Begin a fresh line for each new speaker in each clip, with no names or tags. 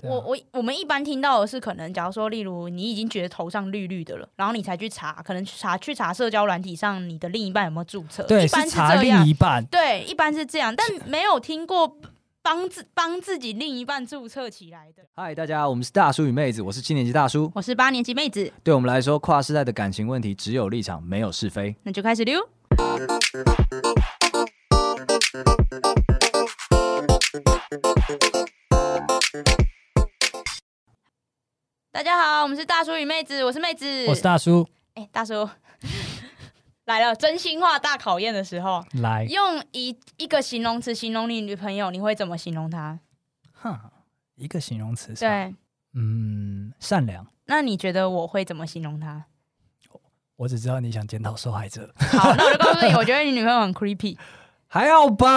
对啊
我我我们一般听到的是，可能假如说，例如你已经觉得头上绿绿的了，然后你才去查，可能去查去查社交软体上你的另一半有没有注册，
对，
一般
是查
这
另
样，
一半，
对，一般是这样，但没有听过帮自帮自己另一半注册起来的。
嗨，大家，我们是大叔与妹子，我是七年级大叔。
我是八年级妹子，
对我们来说，跨世代的感情问题只有立场，没有是非。
那就开始溜。大家好，我们是大叔与妹子，我是妹子，
我是大叔，
哎、大叔来了，真心话大考验的时候，
来，
用一一个形容词形容你女朋友，你会怎么形容她？
哼，一个形容词，，
对，
嗯，善良。
那你觉得我会怎么形容她？
我只知道你想检讨受害者，
好，那我就告诉你，我觉得你女朋友很 creepy，、
还好吧？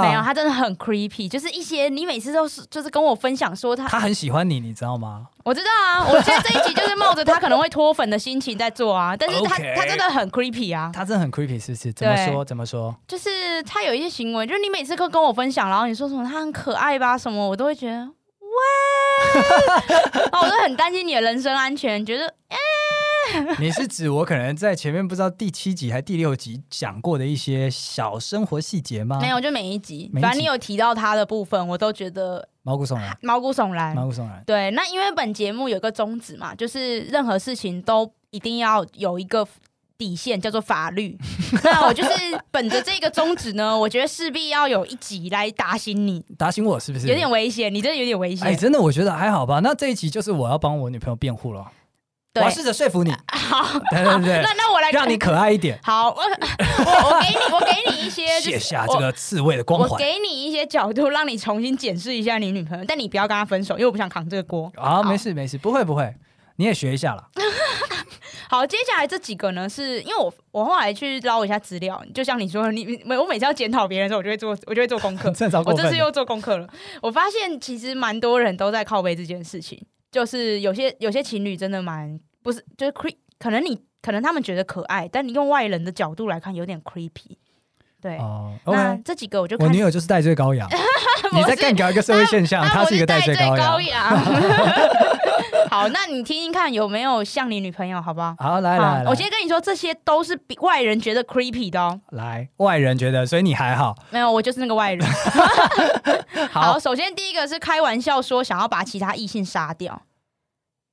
啊
没有，她真的很 creepy，就是一些你每次都是就是跟我分享说她，
他很喜欢你，你知道吗？
我知道啊，我觉得这一集就是冒着她可能会脱粉的心情在做啊，但是她
OK
她真的很 creepy 啊，
他真的很 creepy，是不是？怎么
对
说？怎么说？
就是她有一些行为，就是你每次都跟我分享，然后你说什么她很可爱吧什么，我都会觉得。 哇！然后我都很担心你的人身安全，觉得
你是指我可能在前面不知道第七集还第六集讲过的一些小生活细节吗？
没有，就每一集，
啊每一集
反正你有提到他的部分，我都觉得
毛骨悚然，
毛骨悚然。
毛骨悚然。
对，那因为本节目有个宗旨嘛，就是任何事情都一定要有一个底线，叫做法 律。那我就是本着这个宗旨呢，我觉得势必要有一集来打醒你，
打醒我是不是？
有点危险，你真的有点危险。
哎，真的，我觉得还好吧。那这一集就是我要帮我女朋友辩护了，我
对
要，试着说服你，
好，
对对对，
那 那我来
让你可爱一点，
好，我 我我给你我给你一 些、就是、
卸下这个刺猬的光
我。我
环
给你一些角度，让你重新检视一下你女朋友，但你不要跟她分手，因为我不想扛这个锅。
啊！
好
没事没事，不会不会，你也学一下啦。
好，接下来这几个呢，是因为我我后来去捞一下资料，就像你说，你每我每次要检讨别人的时候，我就会做，我就会做功 课。
正常
我这次又做功课了，我发现其实蛮多人都在靠背这件事情，就是有些有些情侣真的蛮不是，就是 cre 可能你可能他们觉得可爱，但你用外人的角度来看，有点 creepy。对，
哦
那
，OK。
这几个我就
我
看
女友就是戴罪 羔羊，
不
你在
是
干搞一个社会现象，
那
她
我
是一个戴罪
罪
羔
羔
羊。
羊。 好，那你听听看有没有像你女朋友，好不好？
好，来
好
来来，
我先跟你说，这些都是比外人觉得 creepy 的哦。
来，外人觉得，所以你还好。
没有，我就是那个外人。
好，
首先第一个是开玩笑说想要把其他异性杀掉，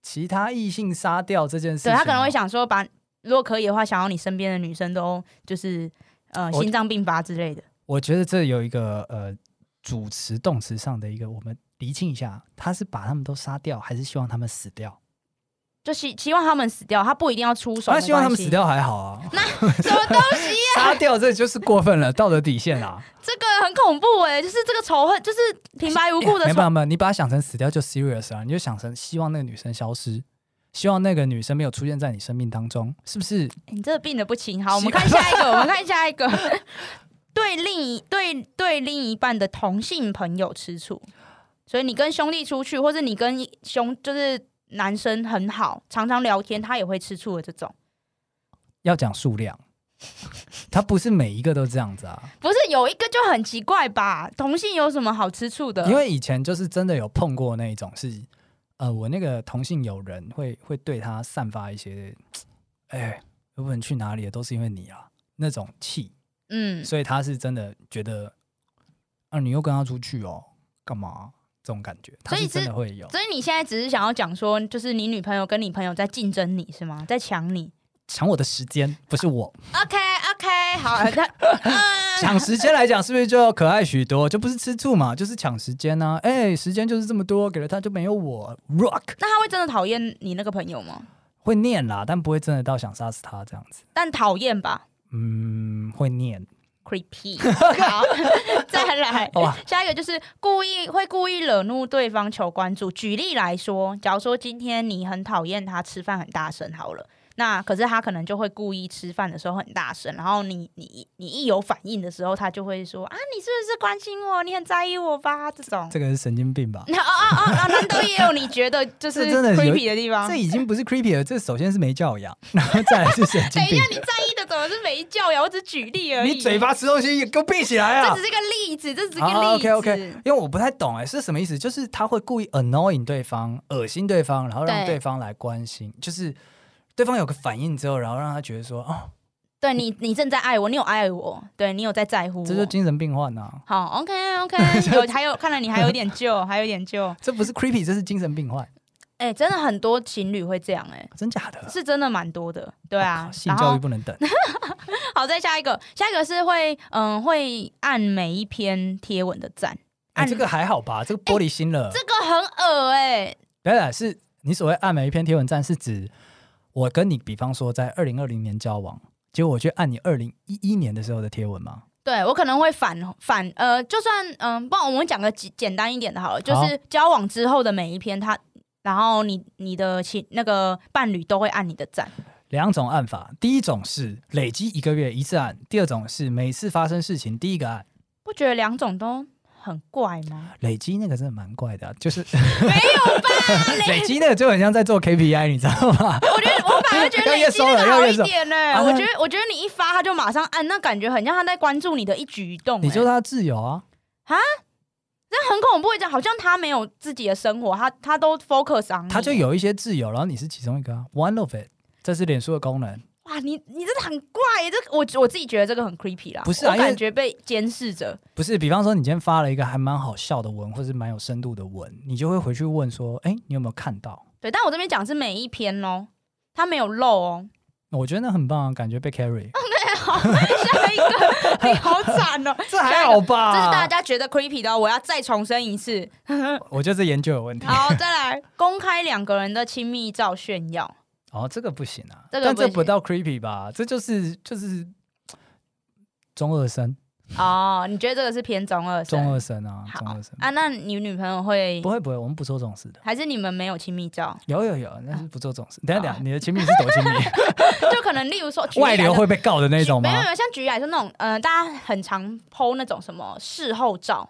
其他异性杀掉这件事情
对
哦，
他可能会想说把，如果可以的话，想要你身边的女生都就是呃
我
心脏病发之类的。
我觉得这有一个呃主词动词上的一个，我们厘清一下，他是把他们都杀掉，还是希望他们死掉？
就希希望他们死掉，他不一定要出手。
他
没
希望他们
关系
死，掉还好啊，
什么东西？
杀掉这就是过分了，道德底线啊 啦。
这个很恐怖哎、就是这个仇恨，就是平白哎无故的
哎没
仇
办法，没有你把它想成死掉就 serious 啊，你就想成希望那个女生消失，希望那个女生没有出现在你生命当中，是不是？
你这个病的不轻。好，我们
习惯
看下一个，我们看下一个。 对另一对对另一半的同性朋友吃醋，所以你跟兄弟出去，或者你跟兄就是男生很好，常常聊天，他也会吃醋的这种。
要讲数量， 他不是每一个都这样子啊，
不是有一个就很奇怪吧？同性有什么好吃醋的？
因为以前就是真的有碰过那一种是，呃，我那个同性友人会会对他散发一些，哎，我不能去哪里了，都是因为你啊那种气，
嗯，
所以他是真的觉得，啊，你又跟他出去哦，干嘛？这种感觉，他
所以
是真
是
的会有。
所以你现在只是想要讲说，就是你女朋友跟你朋友在竞争你是吗？在抢你
抢我的时间，不 是我。
？OK OK，好，那
抢时间来讲，是不是就要可爱许多？就不是吃醋嘛，就是抢时间呢、啊。哎、时间就是这么多，给了他就没有我。Rock
那他会真的讨厌你那个朋友吗？
会念啦，但不会真的到想杀死他这样子。
但讨厌吧。
嗯，会念。
creepy。好， 再来
哇，
下一个就是故意会故意惹怒对方求关注。举例来说，假如说今天你很讨厌他吃饭很大声，好了。那可是他可能就会故意吃饭的时候很大声，然后你 你你一有反应的时候，他就会说啊，你是不是关心我？你很在意我吧？这种
这个是神经病吧？
那啊啊啊啊！难得会也有你觉得就嗯是
这真的有
creepy 的地方
这。已经不是 creepy 了，这首先是没教养，然后再来是神经
等一
病
下，。哎你在意的怎么是没教养？我只举例而已。
你嘴巴吃东西，给我闭起来
这
啊
只！是个例子，这只是个例子。
啊 OK OK，因为我不太懂哎、是什么意思？就是他会故意 annoying 对方，恶心对方，然后让
对
对方来关心，就是对方有个反应之后，然后让他觉得说，哦，
对你，你正在爱我，你有爱我，对你有在在乎我。
这就是精神病患啊，
好，OK OK，有还有，看来你还有点救，还有点救。
这不是 creepy，这是精神病患，
哎、真的很多情侣会这样、哎，
真假的？
是真的蛮多的，对
我
啊
靠。性
然
教
后
育不能等，
好，再下一个，下一个是会，嗯，会按每一篇贴文的赞，
哎、
按
这个还好吧？这个玻璃心了，
哎这个很恶哎、
不要啦是你所谓按每一篇贴文赞，是指我跟你，比方说在二零二零年交往，结果我去按你二零一一年的时候的贴文吗？
对我可能会反反呃，就算嗯，不然我们讲个简简单一点的好了，就
好
是交往之后的每一篇他。然后你你的亲那个伴侣都会按你的赞，
两种按法，第一种是累积一个月一次按，第二种是每次发生事情第一个按。
不觉得两种都很怪吗？
累积那个真的蛮怪的啊、就是
没有吧？
累积那个就很像在做 KPI，你知道吗？
我觉得我反而觉得
要
累
验
积
收
那
了
个
要
好
验
一
收
点呢、
啊
我
那
觉得我觉得你一发他就马上按，那感觉很像他在关注你的一举一动、欸，
你就是他自由啊，
那很恐怖。这样好像他没有自己的生活，他他都 focus on 你
他就有一些自由，然后你是其中一个、啊、，one of it，这是脸书的功能。
哇，你你真的很怪欸，这个我我自己觉得这个很 creepy 啦，
不是啊
我
因为
感觉被监视着。
不是，比方说你今天发了一个还蛮好笑的文，或是蛮有深度的文，你就会回去问说，哎，你有没有看到？
对，但我这边讲是每一篇哦，它没有漏哦。
我觉得那很棒啊，感觉被 carry，
下一个，你好惨 哦。
这还好吧？
这是大，家觉得 creepy 的哦、我要再重申一次。
我觉得这研究有问题。
好，再来公开两个人的亲密照炫耀，
哦，这个不行啊，
这个
但这
不
不
行
到 creepy 吧？这就是就是中二生，
哦，你觉得这个是偏中二
中
生？
二生啊，
好
中二生。
啊，那你女朋友会
不会不会，我们不做这种事的。
还是你们没有亲密照？
有有有，但是不做这种事。等一下等一
好
下，你的亲密是多 亲密，
就可能例如说举例
外
来
流
说
会被告的那种
没有
吗
没？有，像举例来说那种，呃，大家很常 PO 那种什么事后照，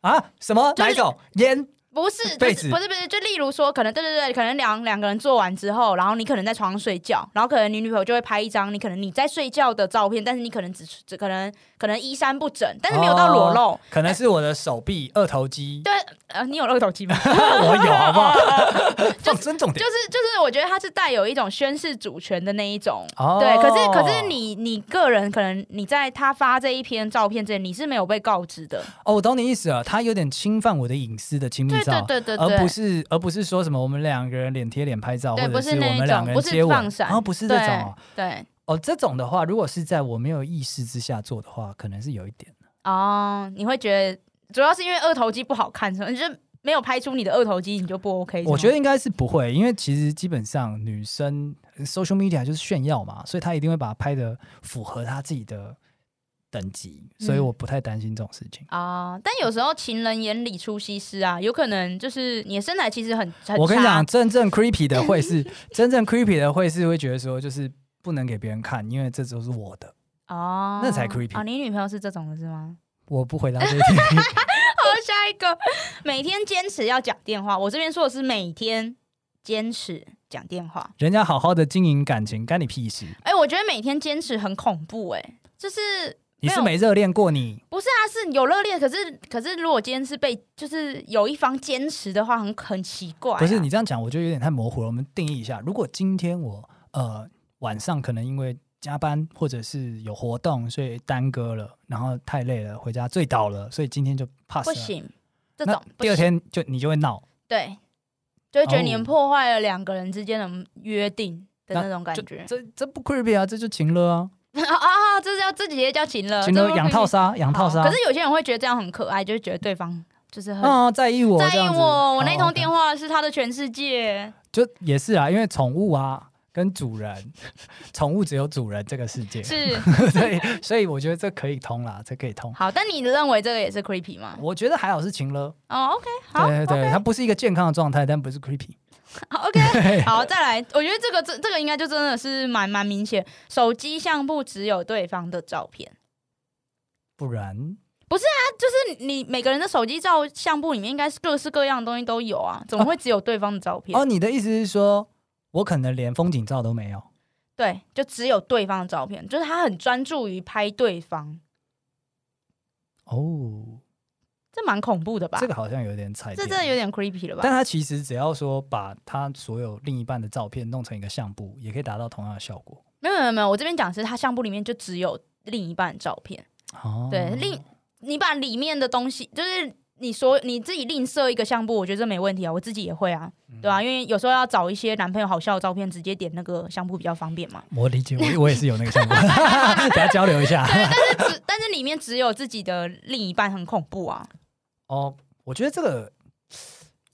啊？什么
就是
哪一种烟？
不是，就
被
是
子
不是不是，就例如说，可能对对对，可能两两个人做完之后，然后你可能在床上睡觉，然后可能你女朋友就会拍一张你可能你在睡觉的照片，但是你可能只只可能可能衣衫不整，但是没有到裸露。
可能是我的手臂、二头肌，
对，呃，你有二头肌吗？
我有好不好？放尊重
就
点。
是就是，我觉得它是带有一种宣示主权的那一种。
哦
对，可是可是你你个人可能你在他发这一篇照片之前，你是没有被告知的。
哦，我懂你意思了，他有点侵犯我的隐私的亲密
对对
照，
对对
而
对，
不是而不是说什么我们两个人脸贴脸拍照，
对
或者
不是那
我们
一
两
种
个
不
人
是
接吻，
放闪
然后不是这种哦。
对
哦，这种的话，如果是在我没有意识之下做的话，可能是有一点。
哦，你会觉得主要是因为二头肌不好看，是吗？你就没有拍出你的二头肌，你就不 OK 是吗。
我觉得应该是不会，因为其实基本上女生呃 social media 就是炫耀嘛，所以她一定会把它拍的符合她自己的等级，所以
嗯
我不太担心这种事情。
啊、但有时候情人眼里出西施啊，有可能就是你的身材其实很很
我跟你
差
讲，，真正 creepy 的 会是真正 creepy 的会是会觉得说，就是不能给别人看，因为这都是我的，
哦，
那才 creepy
哦。你女朋友是这种的是吗？
我不回答这 一题。
好，下一个，每天坚持要讲电话。我这边说的是每天坚持讲电话。
人家好好的经营感情，干你屁事？
哎、我觉得每天坚持很恐怖、哎，就是
你是
没
没热恋过你？
不是啊，是有热烈，可是可是如果今天是被就是有一方坚持的话，很很奇怪、啊。
不是你这样讲，我觉得有点太模糊了。我们定义一下，如果今天我呃晚上可能因为加班或者是有活动，所以耽搁了，然后太累了，回家醉倒了，所以今天就 pass
不
了。
行，这
啊那
种不
第二
行
天就你就会闹，
对，就会觉得你
哦
们破坏了两个人之间的约定的
那
那种感
就
觉。
这这不 creepy 啊，这就情了啊，
啊啊，这叫这直接叫情了，
情
呃这
了
不
养
可以
套杀，养套啊杀。
可是有些人会觉得这样很可爱，就会觉得对方就是很。
哦，在意我，
嗯在
这
意
样子
我，我那
哦
通
，OK
电话是他的全世 界。
就也是啊，因为宠物啊跟主人，宠物只有主人这个世 界，
是
所以所以我觉得这可以通啦，这可以通。
好，但你认为这个也是 creepy 吗？
我觉得还好是情了，
哦，OK，好
对对
，OK，
对，它不是一个健康的状态，但不 是 creepy。
好，OK，好，再来，我觉得这个这这个应该就真的是蛮蛮明显，手机相簿只有对方的照片，
不然
就是你每个人的手机照相簿里面，应该是各式各样的东西都有啊，怎么会只有对方的照片？
哦，你的意思是说，我可能连风景照都没有？
对，就只有对方的照片，就是他很专注于拍对方，
哦，
这蛮恐怖的吧？
这个好像有点踩
这
点。
真的有点 creepy 了吧
但？他其实只要说把他所有另一半的照片弄成一个相簿，也可以达到同样的效果。
没有没有没有，我这边讲的是他相簿里面就只有另一半的照片，
哦，
对，另你把里面的东西就是。你说你自己另设一个相簿，我觉得这没问题啊，我自己也会啊，对啊，因为有时候要找一些男朋友好笑的照片，直接点那个相簿比较方便 嘛。
我理解，我我也是有那个想法， 等下交流一下。
但只但是里面只有自己的另一半，很恐怖啊。
哦，我觉得这个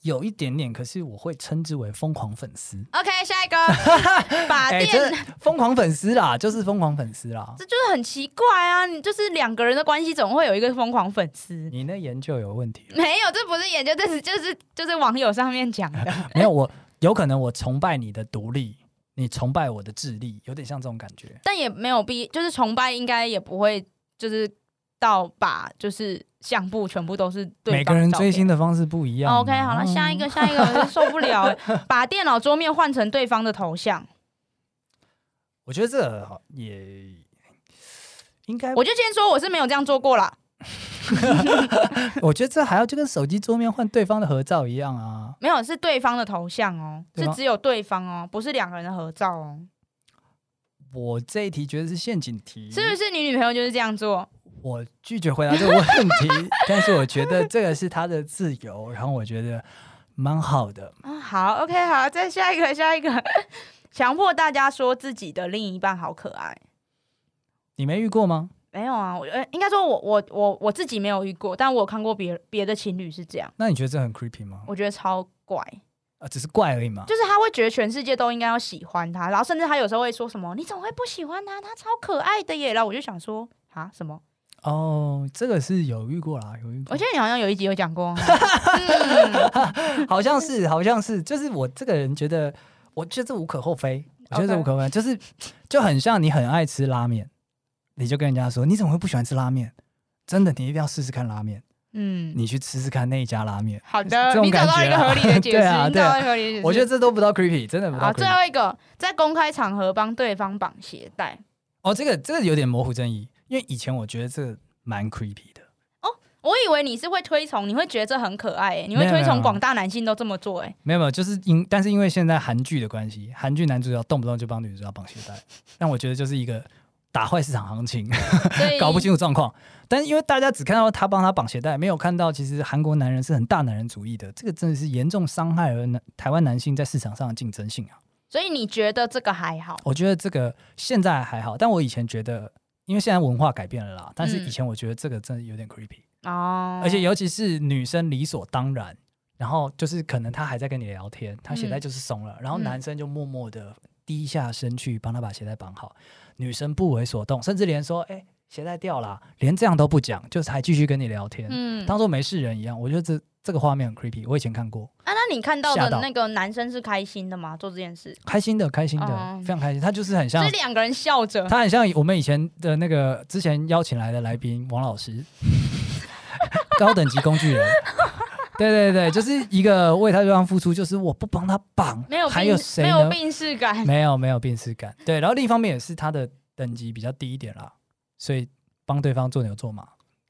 有一点点，可是我会称之为疯狂粉丝。
OK，下一个 把
哎、
电，
真的疯狂粉丝啦，就是疯狂粉丝啦。
这就是很奇怪啊！你就是两个人的关系，总会有一个疯狂粉丝。
你那研究有问题了，
没有，这不是研究，这是就是就是网友上面讲的。
没有我有可能我崇拜你的独立，你崇拜我的智力，有点像这种感觉。
但也没有必，就是崇拜应该也不会，就是到把就是相簿全部都是对
每个人追星
的。
的方式不一样啊嗯嘛。
OK，好了，下一个，下一个，我真受不了 欸，把电脑桌面换成对方的头像。
我觉得这个好也应该，
我就先说，我是没有这样做过啦，
我觉得这还要就跟手机桌面换对方的合照一样啊。
没有是对方的头像哦，
对
是
方
只有对方哦，不是两个人的合照哦，
我这一题觉得是陷阱题，
是不是？你女朋友就是这样做？
我拒绝回答这个问题，但是我觉得这个是他的自由，然后我觉得蛮好的。
啊，好，OK，好，再下一个，下一个， 强迫大家说自己的另一半好可爱。
你没遇过吗？
没有啊，我呃，应该说我我我我自己没有遇过，但我有看过别别的情侣是这样，
那你觉得这很 creepy 吗？
我觉得超怪，
啊，只是怪而已嘛。
就是他会觉得全世界都应该要喜欢他，然后甚至他有时候会说什么你怎么会不喜欢他？他超可爱的耶！然后我就想说啊什么？
哦，这个是有遇过啦，有遇
我
过
记，得你好像有一集有讲过，啊 嗯
好像是，好像是，就是我这个人觉得，我觉得这无可厚非，我觉得这
OK
无可厚非，就是就很像你很爱吃拉面，你就跟人家说你怎么会不喜欢吃拉面？真的，你一定要试试看拉面，
嗯，
你去吃吃看那一家拉面。
好
这
的，
种
你找到
感
一
觉
个
啊
合理的解释，
对啊
你
对
找
啊
到一个合理的解释。
我觉得这都不到 creepy，真的不
好，
到
最
creepy。
后一个，在公开场合帮对方绑鞋带。
哦，这个这个有点模糊争议，因为以前我觉得这蛮 creepy 的。
我以为你是会推崇，你会觉得这很可爱、欸，你会
没有
推
没
崇
有
广大男性都这么做、欸，
没有没有，就是因但是因为现在韩剧的关系，韩剧男主角动不动就帮女主角绑鞋带，但我觉得就是一个打坏市场行情，
所以
搞不清楚状况。但是因为大家只看到他帮他绑鞋带，没有看到其实韩国男人是很大男人主义的，这个真的是严重伤害了男台湾男性在市场上的竞争性啊。
所以你觉得这个还好？
我觉得这个现在还好，但我以前觉得，因为现在文化改变了啦，但是
嗯
以前我觉得这个真的有点 creepy。
哦，
而且尤其是女生理所当然，然后就是可能她还在跟你聊天，她鞋带
嗯
就是松了，然后
嗯
男生就默默的低下身去帮她把鞋带绑好，女生不为所动，甚至连说哎、鞋带掉了啊，连这样都不讲，就是还继续跟你聊天，
嗯，啊，
当做没事人一样。我觉得这这个画面很 creepy，我以前看过，
啊那你看到
吓
的
到
那个男生是开心的吗？做这件事，
开心的开心的，
哦
非常开心，他就是很
所
像
以。两个人笑着，
他很像我们以前的那个之前邀请来的来宾王老师， 高等级工具人。 对对对，就是一个为他对方付出，就是我不帮他绑，
没有病
还有谁
没
呢
有？病视感，
没有没有病耻感。对，然后另一方面也是他的等级比较低一点啦，所以帮对方做牛做马。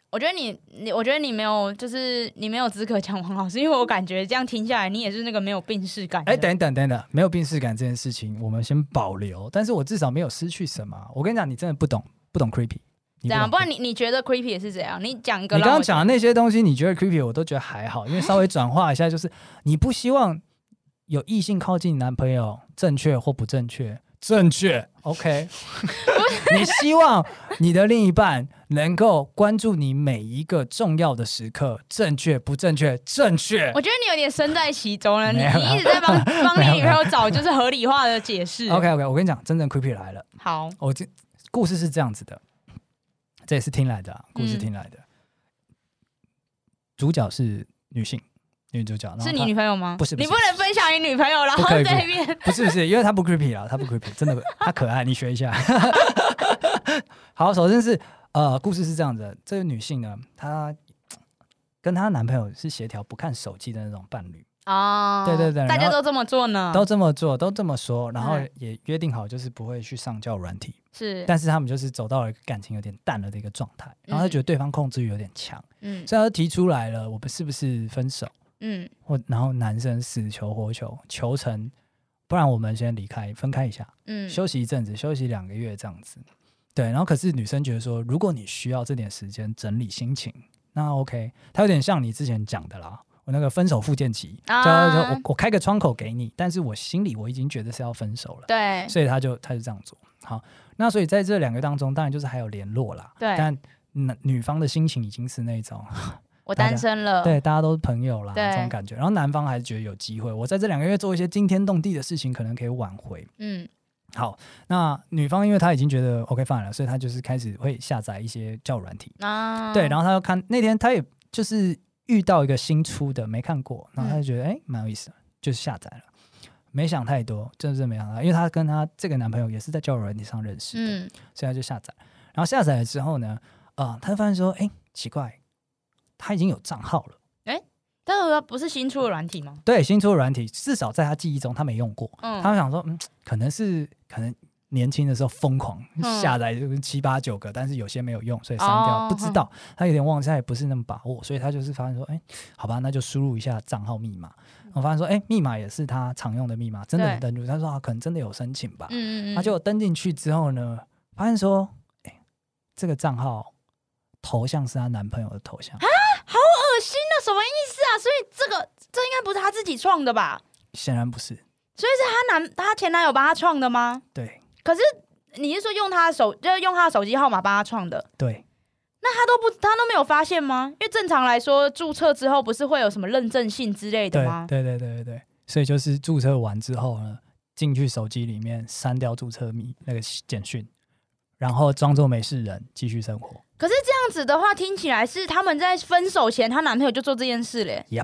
我觉得你你，我觉得你没有，就是你没有资格讲王老师，因为我感觉这样听下来，你也是那个没有病视感的。
哎，等一等等一等，没有病耻感这件事情我们先保留，但是我至少没有失去什么啊。我跟你讲，你真的不懂不懂 creepy，你
怎样？
懂
不然你你觉得 creepy 也是怎样？你讲一个
你
让我，
刚刚讲的那些东西，你觉得 creepy，我都觉得还好，因为稍微转化一下，就是你不希望有异性靠近你男朋友，正确或不正确，正确，OK。你希望你的另一半能够关注你每一个重要的时刻，正确不正确，正确
我觉得你有点身在其中了，你
没有
你一直在帮帮
没有
你女朋友找就是合理化的解释。
，OK OK。我跟你讲，真正 creepy 来了。
好，
我这故事是这样子的，这也是听来的、啊，故事
嗯
听来的。主角是女性，女主角，然后
是
她
你女朋友吗？
不是不
你
是
不能分享你女朋友，然后
不可以
在一边
不是不是，因为他不 creepy 啦，他不 creepy，真的不，他可爱，你学一下。好，首先是呃，故事是这样子的，这个女性呢，她跟她男朋友是协调不看手机的那种伴侣，
哦，
对对对
大家
然后
都这么做呢，
都这么做，都这么说，然后
啊嗯
也约定好就是不会去上交友软体，
是，
但是他们就是走到了一个感情有点淡了的一个状态，然后她觉得对方控制欲有点强，
嗯
所以她就提出来了，我们是不是分手？
嗯
或然后男生死求活求，求成，不然我们先离开，分开一下，
嗯，
休息一阵子，休息两个月这样子。对，然后可是女生觉得说，如果你需要这点时间整理心情，那 OK，它有点像你之前讲的啦，我那个分手复健期，就
啊
就我我开个窗口给你，但是我心里我已经觉得是要分手了，
对
所以他就他就这样做。好，那所以在这两个当中，当然就是还有联络啦，
对
但男女方的心情已经是那种
我
大
单
家
身了，
对，大家都是朋友啦，
对
这种感觉。然后男方还是觉得有机会，我在这两个月做一些惊天动地的事情，可能可以挽回。
嗯
好，那女方因为她已经觉得 OK fine 了，所以她就是开始会下载一些教软体，
啊，
对，然后她要看那天她也就是遇到一个新出的没看过，然后她就觉得哎蛮、有意思的，就是下载了。没想太多，真的是没想到，因为她跟她这个男朋友也是在交友软体上认识的，
嗯
所以她就下载。然后下载了之后呢，啊、她就发现说，哎、奇怪，她已经有账号了。
但是不是新出的软体吗？
对新出的软体，至少在他记忆中他没用过。
嗯，
他想说，嗯，可能是可能年轻的时候疯狂
嗯
下载就是七八九个，但是有些没有用，所以删
哦
掉。不知道他有点忘记，他也不是那么把握，所以他就是发现说，哎，好吧，那就输入一下账号密码。
嗯
我发现说，哎，密码也是他常用的密码，真的
对
很登录。他说啊，可能真的有申请吧。
嗯嗯嗯，
他就登进去之后呢，发现说，哎，这个账号头像是她男朋友的头像，
恶心了，什么意思啊？所以这个这应该不是他自己创的吧？
显然不是。
所以是他男他前男友帮他创的吗？
对
可是你是说用他的手，就是用他的手机号码帮他创的？
对，
那他都不他都没有发现吗？因为正常来说，注册之后不是会有什么认证信之类的
对
吗？
对对对对对，所以就是注册完之后呢，进去手机里面删掉注册密那个简讯，然后装作没事人继续生活。
可是这样子的话，听起来是他们在分手前，她男朋友就做这件事嘞。
Yep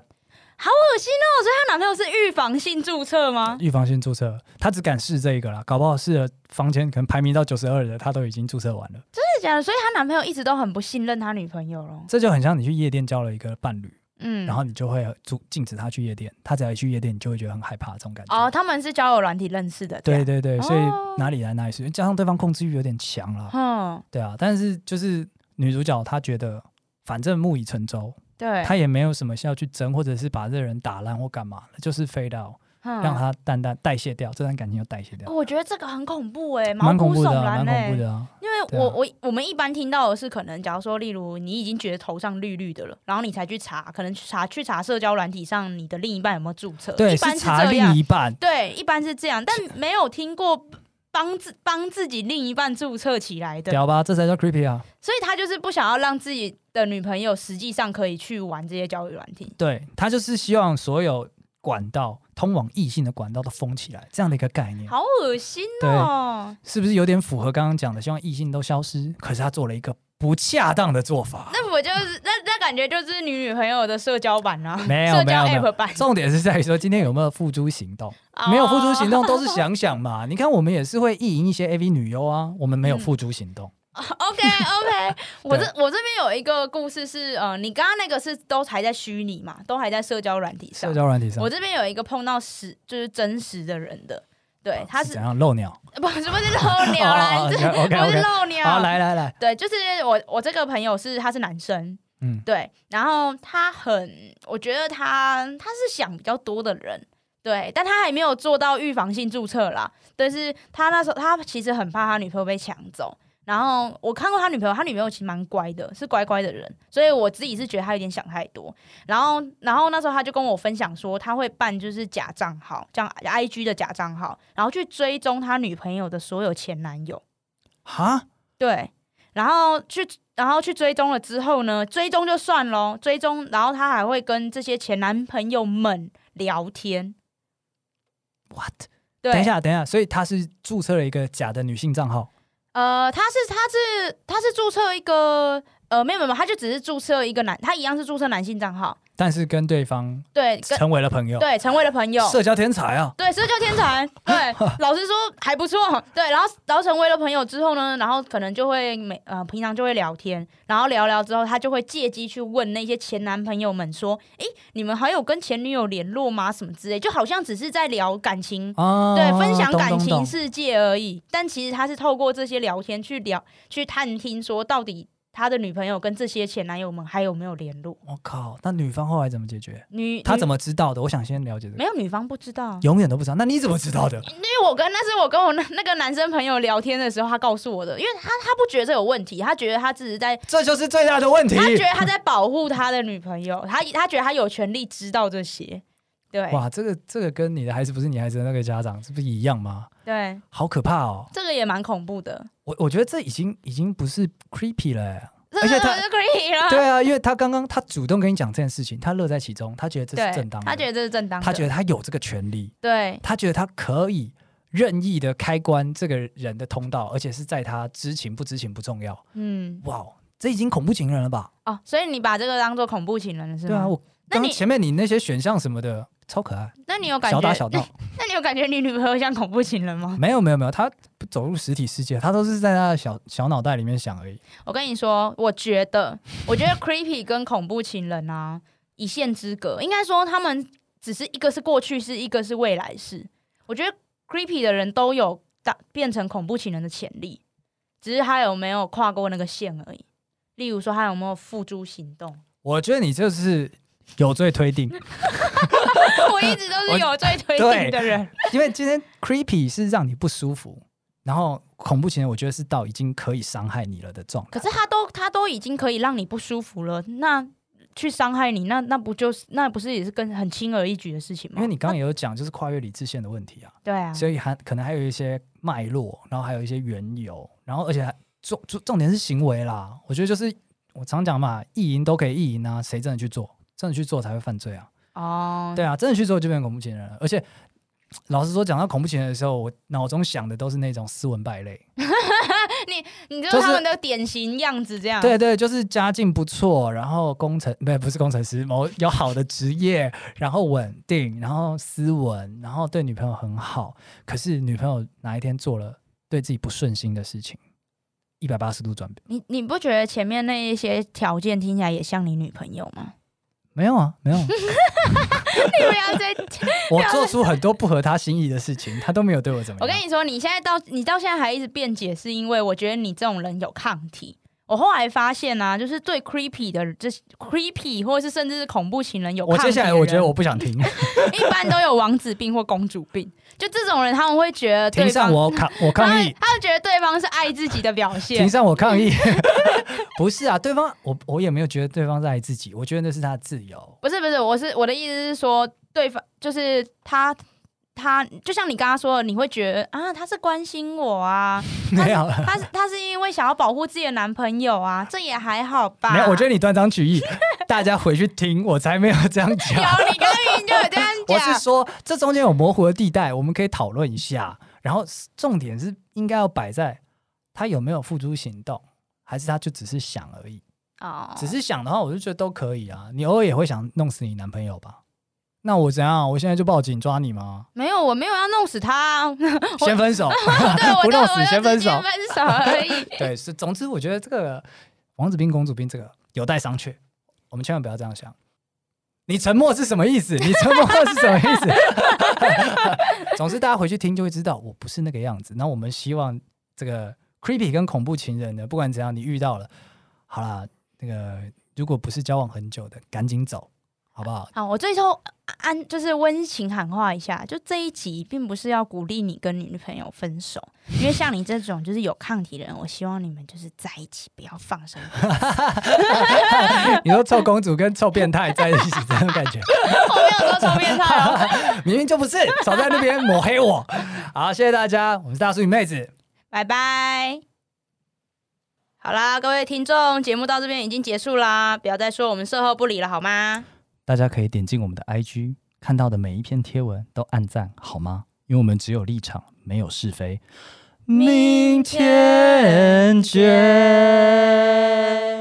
好恶心哦！所以她男朋友是预防性注册吗？
预防性注册，他只敢试这一个啦，搞不好试了房间可能排名到九十二的，他都已经注册完了。
真的假的？所以她男朋友一直都很不信任她女朋友咯。
这就很像你去夜店交了一个伴侣，
嗯，
然后你就会阻禁止他去夜店，他只要一去夜店，你就会觉得很害怕这种感觉。
哦，他们是交友软体认识的。这
对
样，
对对，所以
哦
哪里来哪里去，加上对方控制欲有点强啦，
嗯，
对啊。但是就是女主角她觉得，反正木已成舟，
对，
他也没有什么需要去争，或者是把这人打烂或干嘛，就是飞到
嗯
让他淡淡代谢掉，这段感情就代谢掉，
哦我觉得这个很恐怖哎、毛
蛮恐
骨
怖的
悚
啊、
然
蛮恐
哎、
怖的啊。
因为
对
我、
啊
我我们一般听到的是，可能假如说，例如你已经觉得头上绿绿的了，然后你才去查，可能去查去查社交软体上你的另一半有没有注册，
对，
一般
是查
这样
另，一半，
对，一般是这样，但没有听过帮自帮自己另一半注册起来的，
屌吧，这才叫 creepy 啊。
所以他就是不想要让自己的女朋友实际上可以去玩这些交友软体。
对他就是希望所有管道通往异性的管道都封起来，这样的一个概念，
好恶心哦！
是不是有点符合刚刚讲的，希望异性都消失？可是他做了一个不恰当的做法。
那我就是那那感觉就是你女朋友的社交版啊，
没有
社
没
交
有没
app
有
版，
重点是在于说今天有没有付诸行动。 没有付诸行
哦
动都是想 想嘛。你看，我们也是会意淫一些 AV 女优啊，我
嗯
们没有付诸行动。
OK OK，我 这我这边有一个故事是，呃，你刚刚那个是都还在虚拟嘛，都还在社交软体上
社。交软体上
我，这边有一个碰到实就是真实的人的，对，他是
怎样漏鸟？
不是不是漏鸟啦，
哦
你这
哦，OK，OK，
不是
OK，
漏鸟，
好，来来来，
对，就是我我这个朋友是他是男生，
嗯，
对，然后他很，我觉得他他是想比较多的人，对，但他还没有做到预防性注册啦。但是他那时候他其实很怕他女朋友被抢走。然后我看过他女朋友，他女朋友其实蛮乖的，是乖乖的人，所以我自己是觉得他有点想太多。然后，然后那时候他就跟我分享说，他会办就是假账号，这样 I G 的假账号，然后去追踪他女朋友的所有前男友。
哈，
对，然后去，然后去追踪了之后呢，追踪就算喽，追踪，然后他还会跟这些前男朋友们聊天。
，what？
对，
等一，下，等一下，所以他是注册了一个假的女性账号，
呃，他是他是他是注册一个呃，没有没有，没有他就只是注册一个男，他一样是注册男性账号，
但是跟对方
对，跟
成为了朋友，
对成为了朋友，
社交天才啊，
对，社交天才， 对，老实说还不错，对，然后然后成为了朋友之后呢，然后可能就会每呃平常就会聊天，然后聊聊之后，他就会借机去问那些前男朋友们说，诶，你们还有跟前女友联络吗？什么之类，就好像只是在聊感情，
啊，
对，分享
懂
感
懂
情
懂
世界而已。但其实他是透过这些聊天去聊，去探听说到底他的女朋友跟这些前男友们还有没有联络，
我靠，那女方后来怎么解决？
女
她怎
么
么知道的？我想先了解这个
没，嗯有女方不知道啊。
永远都不知道。那你怎么知道的？
因为我跟那是我跟我那那个男生朋友聊天的时候，他告诉我的，因为他他不觉得这有问题，他觉得他只是 在，
这就是最大的问题。
他觉得他在保护他的女朋友，他他觉得他有权利知道这些，对
哇，这个这个跟你的孩子不是你孩子的那个家长，这不是一样吗？
对，
好可怕哦！
这个也蛮恐怖的，
我我觉得这已经已经不是 creepy 了欸。
这
而且
个
他
就可以了，
对啊，因为他刚刚他主动跟你讲这件事情，他乐在其中，他觉得这是
对
正当，的，
他觉得这是正当的，
他觉得他有这个权利，
对
他觉得他可以任意的开关这个人的通道，而且是在他知情不知情不重要。
嗯
哇，哦这已经恐怖情人了吧？
哦，所以你把这个当做恐怖情人了是吗？
对啊，我
那
刚
你
前面你那些选项什么的超可爱，
那你有感觉
小打小闹。
那你有感觉你女朋友像恐怖情人吗？
没有没有没有，他不走入实体世界，他都是在他的小小脑袋里面想而已。
我跟你说，我觉得， 我觉得 creepy 跟恐怖情人啊一线之隔，应该说他们只是一个是过去式，一个是未来式。我觉得 creepy 的人都有当变成恐怖情人的潜力，只是他有没有跨过那个线而已。例如说，他有没有付诸行动？
我觉得你就是有罪推定，
我一直都是有罪推
对
定的 人，
因为今天 creepy 是让你不舒服，然后恐怖情人我觉得是到已经可以伤害你了的状
可
态。
是他都他都已经可以让你不舒服了，那去伤害你，那那不就是那不是也是跟很轻而易举的事情吗？
因为你刚刚也有讲，就是跨越理智线的问题啊，
对啊，
所以还可能还有一些脉络，然后还有一些缘由，然后而且还重重重点是行为啦。我觉得就是我常讲嘛，意淫都可以意淫啊，谁真的去做，真的去做才会犯罪啊。
哦，
对啊，真的去做就变成恐怖情人了。而且老实说，讲到恐怖情人的时候，我脑中想的都是那种斯文败类。
你
就
就是是他们的典型样子这样。
对对，就是家境不错，然后工程不不是工程师，某有好的职业，然后稳定，然后斯文，然后对女朋友很好。可是女朋友哪一天做了对自己不顺心的事情，一百八十度转变，
你你不觉得前面那一些条件听起来也像你女朋友吗？
没有啊， 没有啊，
你不要再，
我做出很多不合她心意的事情，她都没有对我怎么
我
样。
跟你说，你现在到你到现在还一直辩解，是因为我觉得你这种人有抗体。我后来发现啊，就是对 creepy 的这 creepy 或者是甚至是恐怖情人有
我
抗体
接
的
下来我觉得
人
我不想 停，
一般都有王子病或公主病，就这种人他们会觉得对
停上
方，
我抗我
他
抗议
们。他们觉得对方是爱自己的表现
庭，上我抗议，不是啊，对方我我也没有觉得对方在爱自己，我觉得那是他的自由。
不是不是，我是我的意思是说，对方就是他，他就像你刚刚说的，你会觉得啊，他是关心我啊，
没有，
他是他是因为想要保护自己的男朋友啊，这也还好吧。
没有，我觉得你断章取 义，大家回去听，我才没有这样讲。
有你刚明明就有这样
我是
讲，
说，这中间有模糊的地带，我们可以讨论一下。然后重点是应该要摆在他有没有付诸行动，还是他就只是想而已。
哦
只是想的话，我就觉得都可以啊。你偶尔也会想弄死你男朋友吧？那我怎样？我现在就报警抓你吗？
没有，我没有要弄死他啊、 我
先分手，
对我
不
就
弄
我
死
就
先分
直
手
接。分手而 已。
对，是总之我觉得这个王子兵、公主兵这个有待商榷，我们千万不要这样想。你沉默是什么意思？你沉默是什么意思？ 总之，大家回去听就会知道，我不是那个样子。那我们希望这个 creepy 跟恐怖情人呢，不管怎样，你遇到了，好啦，那个如果不是交往很久的，赶紧走，好不好？
好，我最后安就是温情喊话一下，就这一集并不是要鼓励你跟你女朋友分手，因为像你这种就是有抗体的人，我希望你们就是在一起，不要放生。
你说臭公主跟臭变态在一起这种感觉，
我没有说臭变态哦，
明明就不是，少在那边抹黑我。好，谢谢大家，我是大叔与妹子，
拜拜。好啦，各位听众，节目到这边已经结束啦，不要再说我们售后不理了，好吗？
大家可以点进我们的 IG，看到的每一篇贴文都按赞好吗？因为我们只有立场，没有是非。明天见。